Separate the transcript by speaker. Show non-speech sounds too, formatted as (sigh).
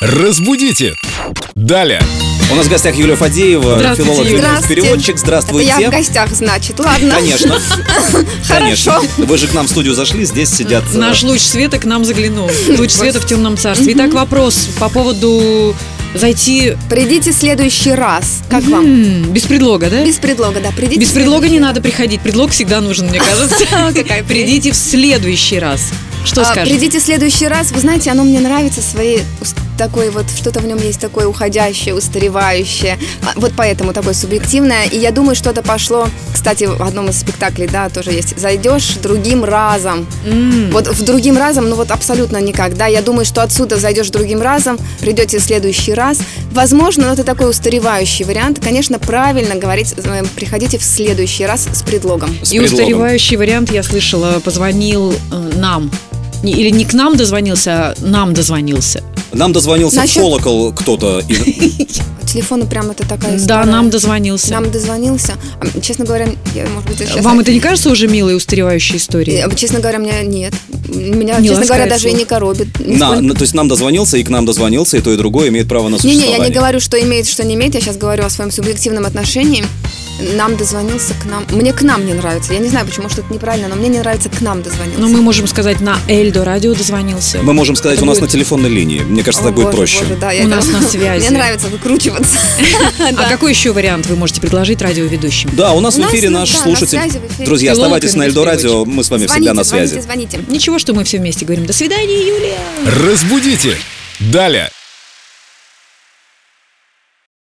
Speaker 1: Разбудите! Далее!
Speaker 2: У нас в гостях Юлия Фадеева,
Speaker 3: Здравствуйте, Юля.
Speaker 2: филолог, лингвист,
Speaker 4: Здравствуйте.
Speaker 2: переводчик. Здравствуйте.
Speaker 4: Это я в гостях, значит. Ладно. (laughs)
Speaker 2: Конечно.
Speaker 4: Хорошо.
Speaker 2: Конечно. Вы же к нам в студию зашли, здесь сидят. э,
Speaker 3: Наш луч света к нам заглянул. Луч света в темном царстве. Итак, вопрос по поводу зайти
Speaker 4: Придите в следующий раз. Как вам?
Speaker 3: м, без предлога, да?
Speaker 4: Без предлога, да. Придите.
Speaker 3: Без предлога не надо приходить. Предлог всегда нужен, мне
Speaker 2: (laughs)
Speaker 3: кажется.
Speaker 4: Какая
Speaker 3: Придите в следующий раз. Что
Speaker 4: А,
Speaker 3: скажете?
Speaker 4: Придите в следующий раз. Вы знаете, оно мне нравится своей ус- такой вот, что-то в нем есть такое уходящее, устаревающее. А, Вот поэтому такое субъективное. И я думаю, что-то пошло, кстати, в одном из спектаклей, да, тоже есть. Зайдешь другим разом.
Speaker 3: М,
Speaker 4: Вот в другим разом, ну вот абсолютно никак, да. Я думаю, что отсюда зайдешь другим разом, придете в следующий раз. Возможно, но это такой устаревающий вариант. Конечно, правильно говорить, э, приходите в следующий раз с предлогом.
Speaker 2: с
Speaker 3: И
Speaker 2: предлогом.
Speaker 3: устаревающий вариант, я слышала, позвонил э, нам. Не- Или не к нам дозвонился, а нам дозвонился.
Speaker 2: Нам дозвонился в
Speaker 4: Насчет-
Speaker 2: колокол кто-то. и-
Speaker 4: Телефону прям это такая
Speaker 3: Да,
Speaker 4: история.
Speaker 3: нам дозвонился.
Speaker 4: Нам дозвонился. А, м, Честно говоря, я, может быть, сейчас...
Speaker 3: Вам это не кажется уже милой устаревающей
Speaker 4: Э,
Speaker 3: историей?
Speaker 4: Честно говоря, меня нет. Меня,
Speaker 3: Не
Speaker 4: честно говоря,
Speaker 3: ласкает
Speaker 4: даже и
Speaker 3: слух.
Speaker 4: (laughs) не коробит.
Speaker 2: На- на- То есть нам дозвонился, и к нам дозвонился, и то, и другое имеет право на
Speaker 4: Не-не,
Speaker 2: существование.
Speaker 4: я не говорю, что имеет, что не имеет. Я сейчас говорю о своем субъективном отношении. Нам дозвонился к нам. Мне к нам не нравится. Я не знаю, почему, может, это неправильно, но мне не нравится к нам дозвонился.
Speaker 2: Ну,
Speaker 3: Но Ну, мы можем сказать, на Эльдо радио дозвонился.
Speaker 2: Мы можем сказать,
Speaker 3: Это
Speaker 2: у нас на
Speaker 3: будет-
Speaker 2: телефонной линии. Мне кажется,
Speaker 4: О,
Speaker 2: так будет
Speaker 4: боже,
Speaker 2: проще.
Speaker 4: боже, да, я
Speaker 3: У
Speaker 4: это-
Speaker 3: нас на связи.
Speaker 4: (laughs) Мне нравится выкручиваться.
Speaker 3: А какой еще вариант вы можете предложить радиоведущим?
Speaker 2: Да, у нас
Speaker 4: У
Speaker 2: в
Speaker 4: нас,
Speaker 2: эфире
Speaker 4: ну,
Speaker 2: наш
Speaker 4: да, на
Speaker 2: слушатель.
Speaker 4: связи в эфире.
Speaker 2: Друзья,
Speaker 3: Филолог
Speaker 2: оставайтесь на
Speaker 3: Игорь
Speaker 2: Эльдо радио, мы с вами всегда на связи.
Speaker 4: Звоните, звоните.
Speaker 3: Ничего, что мы все вместе говорим. До свидания, Юлия!
Speaker 1: Разбудите! Далее!